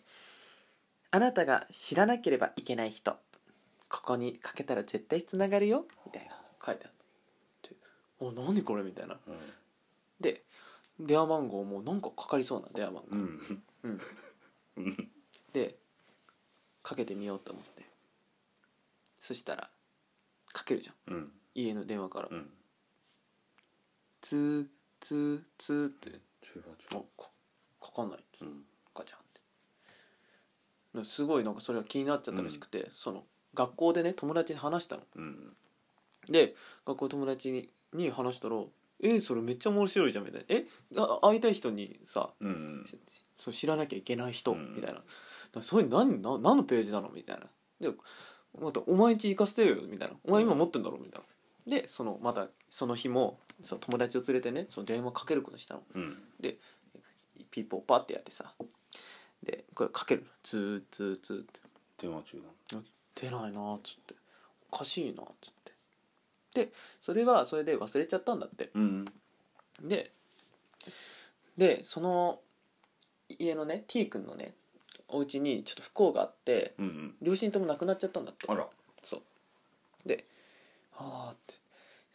Speaker 2: あなたが知らなければいけない人」「ここにかけたら絶対つながるよ」みたいな書いてあって「お何これ」みたいな
Speaker 1: うん
Speaker 2: で電話番号もなんかかかりそうな電話番
Speaker 1: う
Speaker 2: 号、
Speaker 1: ん
Speaker 2: うん
Speaker 1: うん
Speaker 2: でかけてみようと思ってそしたらかけるじゃん
Speaker 1: うん
Speaker 2: 家の電話から
Speaker 1: うん
Speaker 2: 「ツーツーツー」って
Speaker 1: で
Speaker 2: あ
Speaker 1: 18
Speaker 2: かかかんない
Speaker 1: うん
Speaker 2: ガチャンってすごいなんかそれが気になっちゃったらしくて、その学校でね友達に話したの
Speaker 1: うん
Speaker 2: で学校友達にに話したら「えそれめっちゃ面白いじゃん」みたいな「えあ会いたい人にさ
Speaker 1: うん
Speaker 2: そう知らなきゃいけない人」
Speaker 1: うん
Speaker 2: みたいな「だそれ何な何のページなの?」みたいなでまた「お前んち行かせてよ」みたいな「お前今持ってんだろ」みたいなでそのまたその日もその友達を連れてねその電話かけることにしたの
Speaker 1: うん
Speaker 2: ピーポーパーってやってさ「でこれかけるツーツーツーって
Speaker 1: 電話中な
Speaker 2: 出ないなーっつっておかしいなーっつってでそれはそれで忘れちゃったんだって
Speaker 1: うん
Speaker 2: ででその家のね T 君のねお家にちょっと不幸があって
Speaker 1: うんうん
Speaker 2: 両親とも亡くなっちゃったんだって
Speaker 1: あら
Speaker 2: そうでああって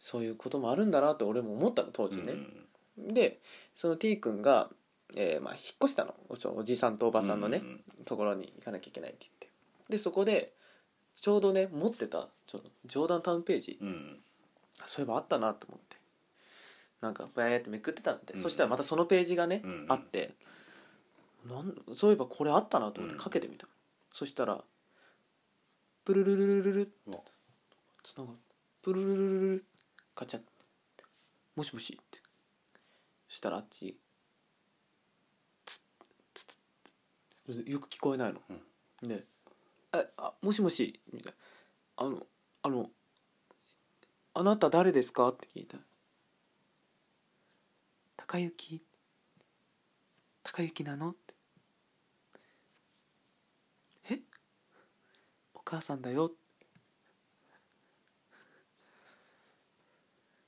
Speaker 2: そういうこともあるんだなって俺も思ったの当時ね、でその T 君が、えーまあ、引っ越したのおちょおじさんとお
Speaker 1: お
Speaker 2: ばさんのね、ところに行かなきゃいけないって言ってでそこでちょうどね持ってたちょ冗談タウンページ
Speaker 1: うん
Speaker 2: そういえばあったなと思ってなんかバヤーってめくってたんだって、
Speaker 1: うん
Speaker 2: そしたらまたそのページがね、
Speaker 1: うん
Speaker 2: あってなんそういえばこれあったなと思って
Speaker 1: うん
Speaker 2: かけてみた、そしたらプルルルルルル
Speaker 1: うわ
Speaker 2: つなんかプルルルルルルガチャってもしもしってそしたらあっちつつつつよく聞こえないの、で「ああもしもし」みたいな「あのあのあなた誰ですか?」って聞いた「高雪高雪なの?」って「えお母さんだよ」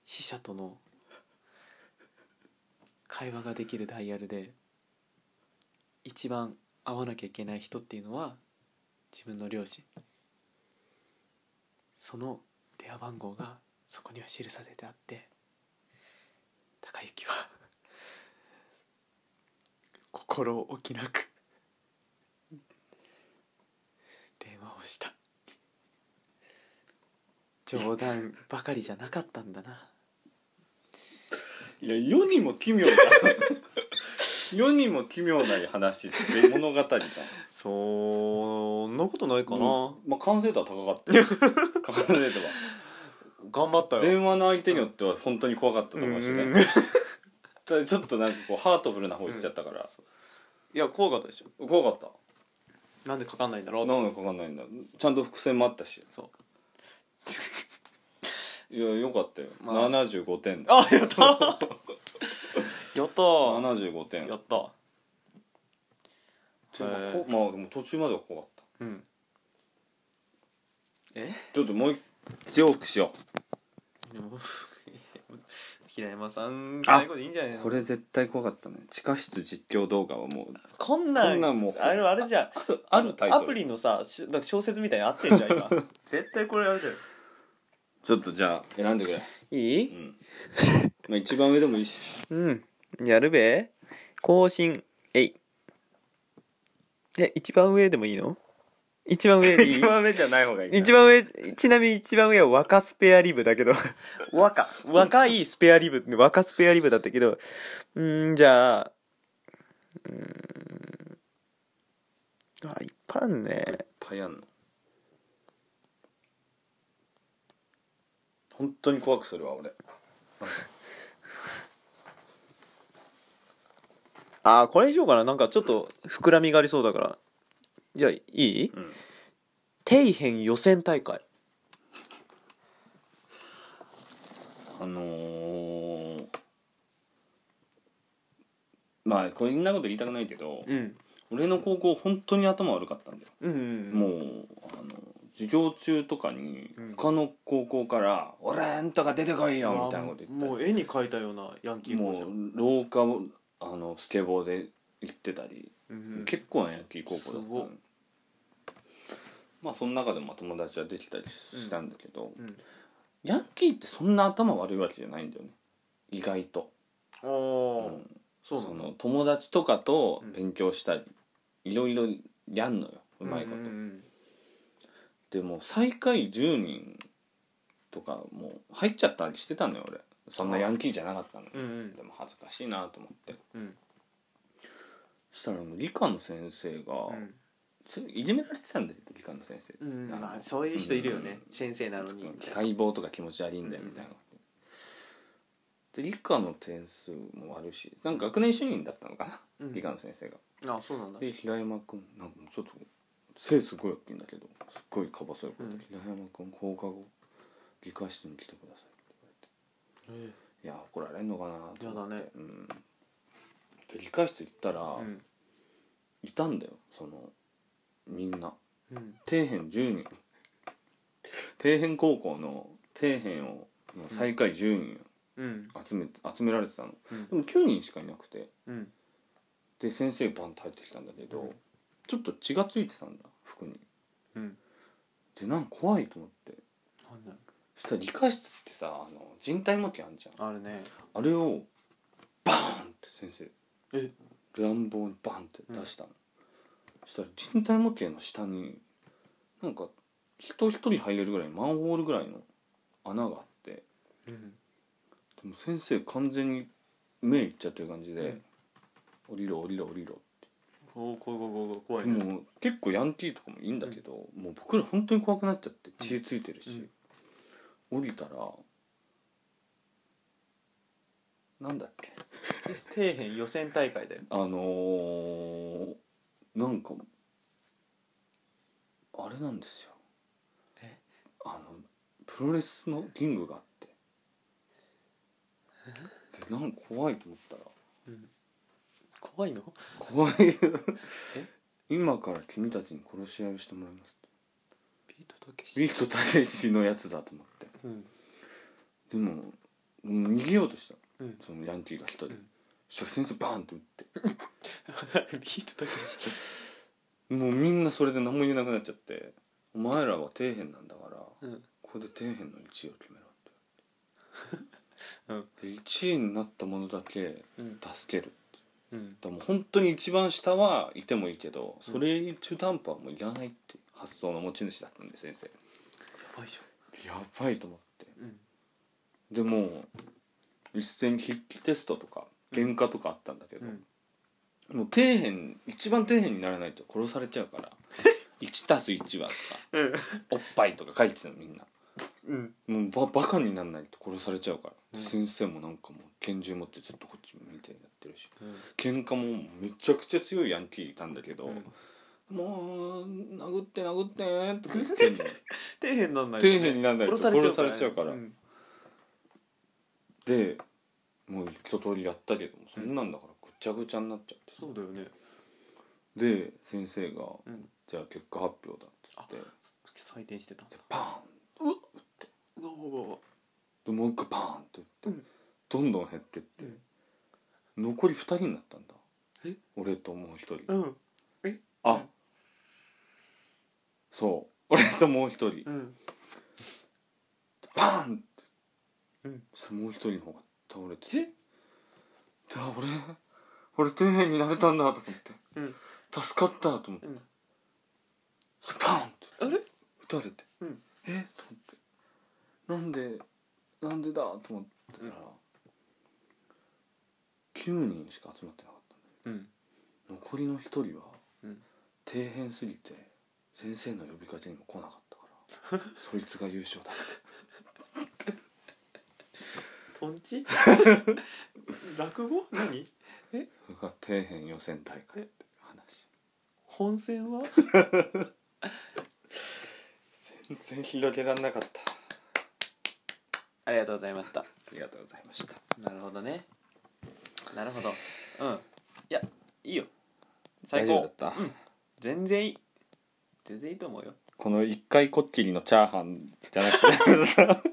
Speaker 2: 死者との会話ができるダイヤルで一番会わなきゃいけない人っていうのは自分の両親その電話番号がそこには記されてあって高之は心置きなく電話をした冗談ばかりじゃなかったんだない
Speaker 1: や世にも奇妙 な世にも奇妙な話で物語じゃん
Speaker 2: そんなことないかな、
Speaker 1: うんまあ完成度は高か ったよ完成度は
Speaker 2: 頑張った
Speaker 1: 電話の相手によっては本当に怖かったと思うしね、
Speaker 2: うん
Speaker 1: ただちょっとなんかこうハートフルな方行っちゃったから、
Speaker 2: いや怖かったでしょ
Speaker 1: 怖かっ
Speaker 2: なんでかかんないんだろ
Speaker 1: た
Speaker 2: う
Speaker 1: なんでかかんないんだちゃんと伏線もあったし
Speaker 2: そ う
Speaker 1: いやよかったよ、
Speaker 2: まあ
Speaker 1: 75点だ
Speaker 2: あ やったやった
Speaker 1: 75点
Speaker 2: やった
Speaker 1: ちょっと
Speaker 2: へー
Speaker 1: こまあでも途中までは怖かっ
Speaker 2: うんえ
Speaker 1: たちょっともう一往復しよ
Speaker 2: でも平山さん
Speaker 1: あ
Speaker 2: 最後でいいんじゃないうの
Speaker 1: これ絶対怖かったね地下室実況動画はもう
Speaker 2: こんなん
Speaker 1: こんなんもう
Speaker 2: あれあれじゃん
Speaker 1: あるあるタイト
Speaker 2: ア
Speaker 1: ル
Speaker 2: プリのさしなんか小説みたいに合ってんじゃ ん今絶対これあれだよ
Speaker 1: ちょっとじゃあ選んでくれ
Speaker 2: いうい
Speaker 1: んまあ一番上でもいいし
Speaker 2: うんやるべ更新えいえ一番上でもいいの一番上でいい
Speaker 1: 上じゃない方がい
Speaker 2: 一番上ちなみに一番上は若スペアリブだけど若若いスペアリブ若スペアリブだったけどうーんじゃあうーんあいっぱいあんね
Speaker 1: パイあんの本当に怖くするわ俺
Speaker 2: あーこれにしようかななんかちょっと膨らみがありそうだからじゃあいい
Speaker 1: うん
Speaker 2: 底辺予選大会
Speaker 1: あのー、まあこんなこと言いたくないけど、
Speaker 2: うん
Speaker 1: 俺の高校本当に頭悪かったんだよ、
Speaker 2: うんうん
Speaker 1: もうあの授業中とかに
Speaker 2: うん
Speaker 1: 他の高校から「俺んとか出てこいよ」
Speaker 2: わ
Speaker 1: みたいなこと言って
Speaker 2: もう絵に描いたようなヤンキー
Speaker 1: も
Speaker 2: 校
Speaker 1: う
Speaker 2: じゃん、
Speaker 1: 廊下をあのスケボーで行ってたり、
Speaker 2: うんうん
Speaker 1: 結構な野球高校だ
Speaker 2: す
Speaker 1: った
Speaker 2: ごっ
Speaker 1: のまあその中でも友達はできたりしたんだけど、
Speaker 2: うん
Speaker 1: ヤンキーってそんな頭悪いわけじゃないんだよね意外と、
Speaker 2: あ
Speaker 1: う
Speaker 2: あ、
Speaker 1: んそ
Speaker 2: そ
Speaker 1: う
Speaker 2: なの
Speaker 1: の友達とかと
Speaker 2: うん
Speaker 1: 勉強したり、いろいろやんのようまいこと、
Speaker 2: んん
Speaker 1: でも最下位10人とかもう入っちゃったりしてたのよ俺そんなヤンキーじゃなかったのよ
Speaker 2: うんうん
Speaker 1: でも恥ずかしいなと思って
Speaker 2: うん
Speaker 1: そしたらもう理科の先生が、
Speaker 2: うん
Speaker 1: それいじめられてたんだよ理科の先生、
Speaker 2: うん
Speaker 1: あの
Speaker 2: まあ、そういう人いるよね、
Speaker 1: うん
Speaker 2: 先生なのに
Speaker 1: 機械棒とか気持ち悪いんだよみたいな、で理科の点数もあるしなんか学年主任だったのかな、
Speaker 2: うん
Speaker 1: 理科の先生が
Speaker 2: あそうなんだ
Speaker 1: で平山君なんかちょっと背すごい大きいんだけどすっごいかばそうこと、
Speaker 2: うん
Speaker 1: 平山君放課後理科室に来てくださいって言われてい
Speaker 2: え
Speaker 1: や怒られんのかなと思って
Speaker 2: やだね
Speaker 1: うん、で理科室行ったら、
Speaker 2: うん
Speaker 1: いたんだよそのみんな
Speaker 2: うん
Speaker 1: 底辺10人底辺高校の底辺をもう最下位10
Speaker 2: うん
Speaker 1: 人集めて集められてたの、
Speaker 2: うん
Speaker 1: でも9人しかいなくて
Speaker 2: うん
Speaker 1: で先生バンと入ってきたんだけど、
Speaker 2: うん
Speaker 1: ちょっと血がついてたんだ服に
Speaker 2: うん
Speaker 1: でなんか怖いと思って
Speaker 2: なんだ
Speaker 1: そしたら理科室ってさあの人体模型あんじゃん
Speaker 2: あるね
Speaker 1: あれをバーンって先生
Speaker 2: え
Speaker 1: 乱暴にバンって出したの、そしたら人体模型の下になんか人一人入れるぐらいマンホールぐらいの穴があってで
Speaker 2: うん
Speaker 1: も先生完全に目いっちゃってる感じで
Speaker 2: うん
Speaker 1: 「降りろ降りろ降りろ」
Speaker 2: おお怖い怖い怖い怖
Speaker 1: で
Speaker 2: いね
Speaker 1: も結構ヤンキーとかもいいんだけど、もう僕ら本当に怖くなっちゃって血ついてるし、降りたらなんだっけ
Speaker 2: 底辺予選大会だよ
Speaker 1: あのー、なんかあれなんですよ
Speaker 2: え
Speaker 1: あのプロレスのリングがあってでなんか怖いと思ったら
Speaker 2: 怖いの
Speaker 1: 怖い今から君たちに殺し合いをしてもらいます
Speaker 2: ビートたけし
Speaker 1: ビートたけしのやつだと思って
Speaker 2: うん
Speaker 1: でももう逃げようとした
Speaker 2: うん
Speaker 1: そのヤンキーが一人、
Speaker 2: うん
Speaker 1: そしたら先生バーンって打って
Speaker 2: ビートたけし
Speaker 1: もうみんなそれで何も言えなくなっちゃって「お前らは底辺なんだから、
Speaker 2: うん
Speaker 1: ここで底辺の1位を決めろ」
Speaker 2: う
Speaker 1: っ
Speaker 2: ん
Speaker 1: て、で1位になったものだけ
Speaker 2: うん
Speaker 1: 助ける
Speaker 2: うん
Speaker 1: だからもう本当に一番下はいてもいいけどそれ中途半端はもういらないっていう発想の持ち主だったんで先生
Speaker 2: 怖いじ
Speaker 1: やばいと思って
Speaker 2: ゃんうん
Speaker 1: でもう一斉に筆記テストとか喧嘩とかあったんだけど、
Speaker 2: うん
Speaker 1: もう底辺一番底辺にならないと殺されちゃう から1たす1はとかおっぱいとか書いてたのみんな
Speaker 2: うん
Speaker 1: もうババカになんないと殺されちゃうから、
Speaker 2: うん
Speaker 1: 先生もなんかもう拳銃持ってずっとこっち見てやってるし喧嘩もめちゃくちゃ強いヤンキーいたんだけど、
Speaker 2: うん
Speaker 1: もう殴って殴ってーって言ってん の
Speaker 2: 底辺なんない
Speaker 1: 底辺になんないと
Speaker 2: 殺されちゃうか
Speaker 1: 殺さ
Speaker 2: ら
Speaker 1: れちゃうから
Speaker 2: ん
Speaker 1: でもう一通りやったけどもそんなんだからぐちゃぐちゃになっちゃってさ
Speaker 2: そうだよね
Speaker 1: で先生が
Speaker 2: うん
Speaker 1: 「じゃあ結果発表だ」っつって
Speaker 2: 採点してたんだ
Speaker 1: でパーン
Speaker 2: うわうわうわ
Speaker 1: でもう一回パーンって打って、
Speaker 2: うん
Speaker 1: どんどん減ってって、残り2人になったんだ
Speaker 2: え
Speaker 1: 俺ともう一人、
Speaker 2: うん
Speaker 1: あ、
Speaker 2: うん
Speaker 1: そう俺ともう一人、
Speaker 2: うん
Speaker 1: パーンって、
Speaker 2: うん
Speaker 1: そしたらもう一人の方が倒れてえだ俺俺底辺になれたんだと思って、
Speaker 2: うん
Speaker 1: 助かったと思って、
Speaker 2: うん
Speaker 1: そしたらパーンって
Speaker 2: あれ
Speaker 1: 打たれて、
Speaker 2: うん
Speaker 1: えと思ってなんでなんでだと思ったら、9人しか集まってなかったんだ
Speaker 2: うん
Speaker 1: よ残りの1人は、
Speaker 2: うん
Speaker 1: 底辺すぎて先生の呼びかけにも来なかった からそいつが優勝だって
Speaker 2: とんち 落語何
Speaker 1: それが底辺予選大会って話
Speaker 2: 本戦は
Speaker 1: 全然広げられなかった
Speaker 2: ありがとうございました
Speaker 1: ありがとうございました
Speaker 2: なるほどねなるほどうんいやいいよ
Speaker 1: 大
Speaker 2: 最
Speaker 1: 丈夫だ
Speaker 2: 高
Speaker 1: った、
Speaker 2: うん全然いい全然いいと思うよ
Speaker 1: この一回こっきりのチャーハンじゃなくて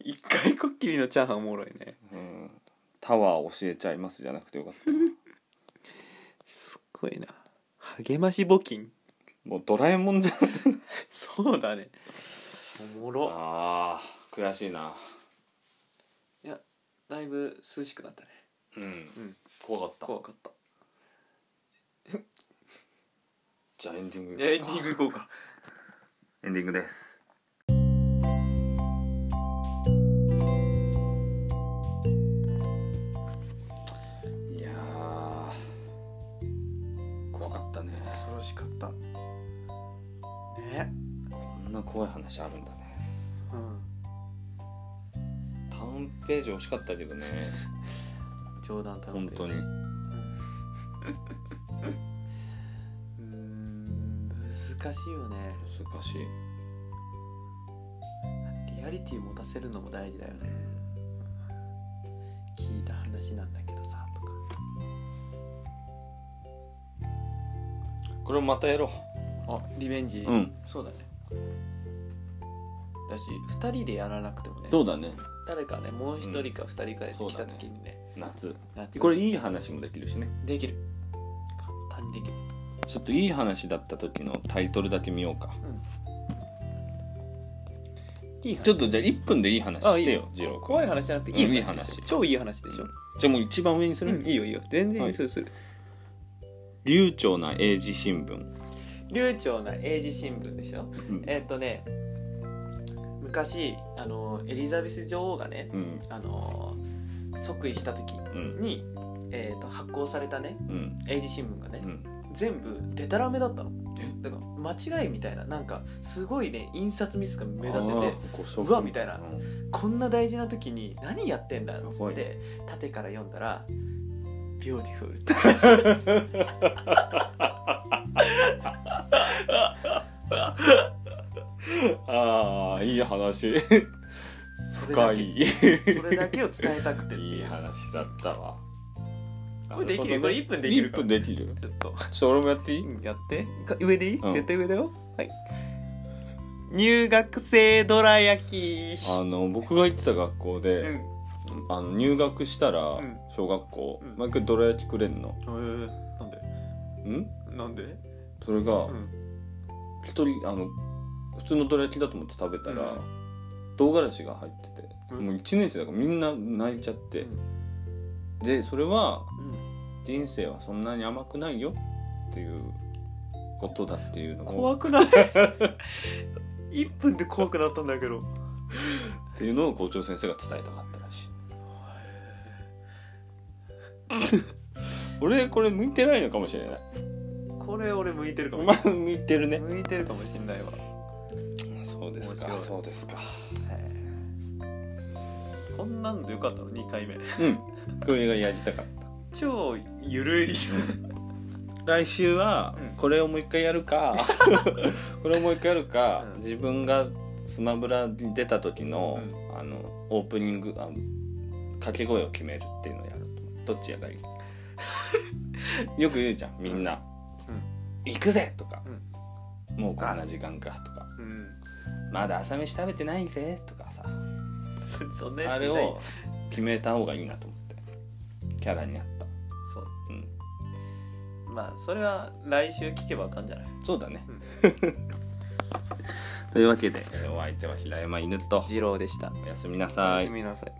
Speaker 2: 一回こっきりのチャーハンおもろいね
Speaker 1: うんタワー教えちゃいますじゃなくてよかった
Speaker 2: すっごいな励まし募金
Speaker 1: もうドラえもんじゃん
Speaker 2: そうだねおもろ
Speaker 1: あー悔しいない
Speaker 2: やだいぶ涼しくなったね
Speaker 1: うん、
Speaker 2: ん
Speaker 1: 怖かった
Speaker 2: 怖かった
Speaker 1: じゃあエンディング
Speaker 2: いやエンディング行こうか
Speaker 1: エンディングですいやー怖かったね
Speaker 2: 恐ろしかったね
Speaker 1: こんな怖い話あるんだね
Speaker 2: うん
Speaker 1: タウンページ惜しかったけどね
Speaker 2: 冗談た
Speaker 1: 本当に
Speaker 2: うーん難しいよね
Speaker 1: 難しい
Speaker 2: リアリティ持たせるのも大事だよね聞いた話なんだけどさとか
Speaker 1: これもまたやろ
Speaker 2: あリベンジ、
Speaker 1: うん
Speaker 2: そうだねだし2人でやらなくてもね
Speaker 1: うそうだね
Speaker 2: 誰かねもう1人か2人かで
Speaker 1: そう
Speaker 2: 来
Speaker 1: だ
Speaker 2: た
Speaker 1: ね
Speaker 2: 時にね,、
Speaker 1: 夏
Speaker 2: なんていうの
Speaker 1: これいい話もできるしね
Speaker 2: できる簡単にできる
Speaker 1: ちょっといい話だった時のタイトルだけ見ようか
Speaker 2: いい話
Speaker 1: ちょっとじゃあ1分でいい話してよ
Speaker 2: いい
Speaker 1: 二郎君
Speaker 2: 怖い話じゃなくていい話
Speaker 1: うん
Speaker 2: で
Speaker 1: い
Speaker 2: し
Speaker 1: い
Speaker 2: ょ
Speaker 1: 話
Speaker 2: 超いい話でしょ、
Speaker 1: じゃあもう一番上にす
Speaker 2: そ
Speaker 1: る、
Speaker 2: れいいよいいよ全然いいするする
Speaker 1: 流暢な英字新聞、
Speaker 2: 流暢な英字新聞でしょえっ、とね昔あのエリザベス女王がね
Speaker 1: うん
Speaker 2: あの即位した時
Speaker 1: うん
Speaker 2: に、えー、と発行されたね
Speaker 1: うん
Speaker 2: 英字新聞がね、
Speaker 1: うん
Speaker 2: 全部でたらめだったの
Speaker 1: え
Speaker 2: だから間違いみたいななんかすごいね印刷ミスが目立ってて
Speaker 1: て
Speaker 2: うわみたいな
Speaker 1: うん
Speaker 2: こんな大事な時に何やってんだっつ
Speaker 1: やば
Speaker 2: っ
Speaker 1: い
Speaker 2: て縦から読んだら「ビューティフル」って
Speaker 1: ああいい 話
Speaker 2: それだ
Speaker 1: 深
Speaker 2: け
Speaker 1: い
Speaker 2: それだけを伝えたくて
Speaker 1: いい話だったわ
Speaker 2: これできるこれ1分できる
Speaker 1: 1
Speaker 2: か
Speaker 1: 分できる
Speaker 2: ちょっと
Speaker 1: ちょっと俺もやっていい
Speaker 2: うんやってか上でいい、
Speaker 1: うん
Speaker 2: 絶対上だよはい入学生どら焼き
Speaker 1: あの僕が行ってた学校で、
Speaker 2: うん
Speaker 1: あの入学したら
Speaker 2: ん
Speaker 1: 小学校、
Speaker 2: うん
Speaker 1: 毎回どら焼きくれんの
Speaker 2: えー、なんで
Speaker 1: うん
Speaker 2: なんで
Speaker 1: それが
Speaker 2: うん
Speaker 1: 一人あの普通のどら焼きだと思って食べたら、
Speaker 2: う
Speaker 1: 唐辛子が入ってて、
Speaker 2: うん
Speaker 1: もう1年生だからみんな泣いちゃって、でそれは人生はそんなに甘くないよっていうことだっていうのを
Speaker 2: 怖くない 一分で怖くなったんだけど
Speaker 1: っていうのを校長先生が伝えたかったらしい俺これ向いてないのかもしれない
Speaker 2: これ俺向いてるかもし
Speaker 1: まあ向いてる
Speaker 2: れ
Speaker 1: ね
Speaker 2: ない向いてるかもしれないわ
Speaker 1: そうですか
Speaker 2: 面白い
Speaker 1: そうですか
Speaker 2: こんなんでよかったの2回目
Speaker 1: うんこれがやりたかった
Speaker 2: 超ゆるい
Speaker 1: 来週は
Speaker 2: うん
Speaker 1: これをもう一回やる かこれをもう一回やるか、
Speaker 2: うん
Speaker 1: 自分がスマブラに出た時の,、
Speaker 2: う
Speaker 1: あのオープニングあ掛け声を決めるっていうのをやるとどっちやがいい よく言うじゃんみんな「
Speaker 2: うんうん
Speaker 1: 行くぜ!」とか、もうこ
Speaker 2: あ
Speaker 1: んな時間か」とか
Speaker 2: うん
Speaker 1: 「まだ朝飯食べてないぜ!」とかさ
Speaker 2: そそんなやつ
Speaker 1: あれ
Speaker 2: いない
Speaker 1: を決めた方がいいなと思ってキャラに合った、
Speaker 2: そう
Speaker 1: うん、
Speaker 2: まあそれは来週聞けばわかんじゃない
Speaker 1: そうだね、
Speaker 2: うん
Speaker 1: というわけでえーお相手は平山犬と
Speaker 2: 次郎でした
Speaker 1: おやすみな
Speaker 2: お
Speaker 1: さ
Speaker 2: や
Speaker 1: い
Speaker 2: すみなさい